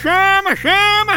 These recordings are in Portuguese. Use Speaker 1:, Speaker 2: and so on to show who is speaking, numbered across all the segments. Speaker 1: chama, chama!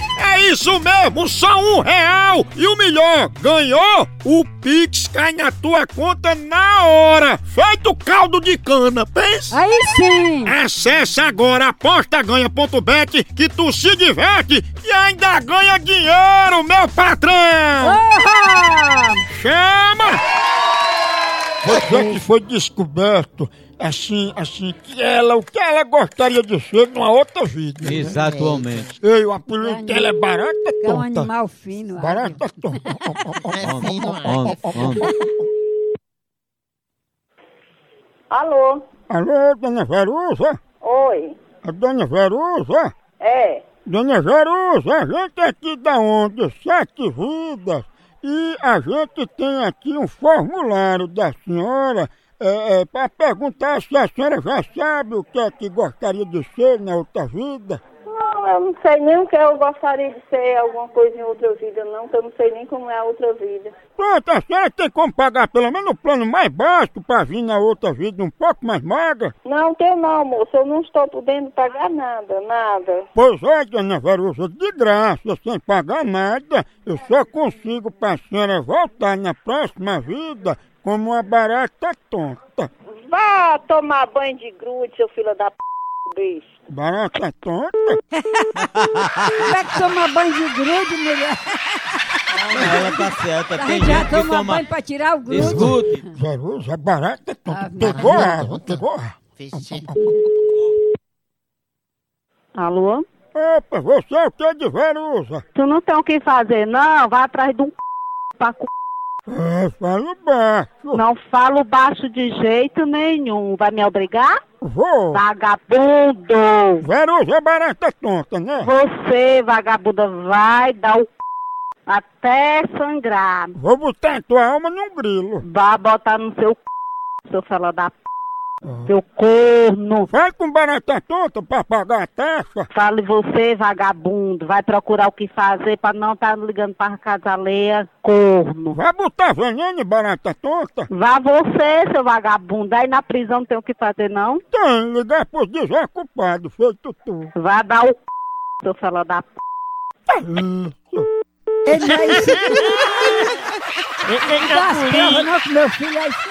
Speaker 1: É isso mesmo, só um real! E o melhor, ganhou? O Pix cai na tua conta na hora! Feito caldo de cana, pensa!
Speaker 2: Aí sim!
Speaker 1: Acesse agora apostaganha.bet que tu se diverte e ainda ganha dinheiro, meu patrão!
Speaker 2: Oba!
Speaker 1: Chama! Você que foi descoberto, assim, assim, que ela, o que ela gostaria de ser numa outra vida. né?
Speaker 3: Exatamente.
Speaker 1: Ei, o apelido dela é barata
Speaker 2: É um
Speaker 1: tonta.
Speaker 2: animal fino. ah.
Speaker 1: Barata tonta.
Speaker 3: Homem, homem, homem.
Speaker 4: Alô?
Speaker 1: Alô, dona Verusa?
Speaker 4: Oi?
Speaker 1: A dona Verusa?
Speaker 4: É?
Speaker 1: Dona Verusa, a gente é aqui da Onda Sete Vidas e a gente tem aqui um formulário da senhora para perguntar se a senhora já sabe o que é que gostaria de ser na outra vida.
Speaker 4: Não, eu não sei nem o que eu gostaria de ser alguma coisa em outra vida, não, que eu não sei nem como é a outra vida.
Speaker 1: Pronto, a senhora tem como pagar pelo menos o plano mais básico para vir na outra vida um pouco mais magra?
Speaker 4: Não, tenho não, moço, eu não estou podendo pagar nada, nada.
Speaker 1: Pois é, dona Verusa, de graça, sem pagar nada, eu só consigo para a senhora voltar na próxima vida como uma barata tonta.
Speaker 4: Vá tomar banho de grude, seu filho da p, bicho.
Speaker 1: Barata tonta?
Speaker 2: Como é que toma banho de grude, mulher?
Speaker 3: Ela tá certa.
Speaker 2: A
Speaker 3: Tem
Speaker 2: gente já
Speaker 3: gente que
Speaker 2: toma,
Speaker 3: toma.
Speaker 2: banho pra tirar o grude.
Speaker 3: Escute.
Speaker 1: Verusa, barata tonta.
Speaker 2: Ah,
Speaker 1: Pegou a água, pegou a água.
Speaker 4: Alô?
Speaker 1: Opa, você é o que de Verusa?
Speaker 4: Tu não tem o que fazer, não? Vá atrás de um c... pra c...
Speaker 1: É, falo baixo.
Speaker 4: Não falo baixo de jeito nenhum. Vai me obrigar?
Speaker 1: Vou.
Speaker 4: Vagabundo!
Speaker 1: Verusa é barata tonta, né?
Speaker 4: Você, vagabunda, vai dar o c... até sangrar.
Speaker 1: Vou botar a tua alma num grilo.
Speaker 4: Vá botar no seu c... seu fela da p... seu corno.
Speaker 1: Vai com barata tonta pra pagar a taxa.
Speaker 4: Fale você, vagabundo, vai procurar o que fazer pra não estar ligando pra casa alheia, corno.
Speaker 1: Vai botar veneno em barata tonta.
Speaker 4: Vá você, seu vagabundo, aí na prisão não tem o que fazer não.
Speaker 1: Tem, ligar pros desocupados, feito tu.
Speaker 4: Vá dar o c... seu fela da p...
Speaker 2: tá Ele não é isso. Dá as provas não, que meu filho é isso.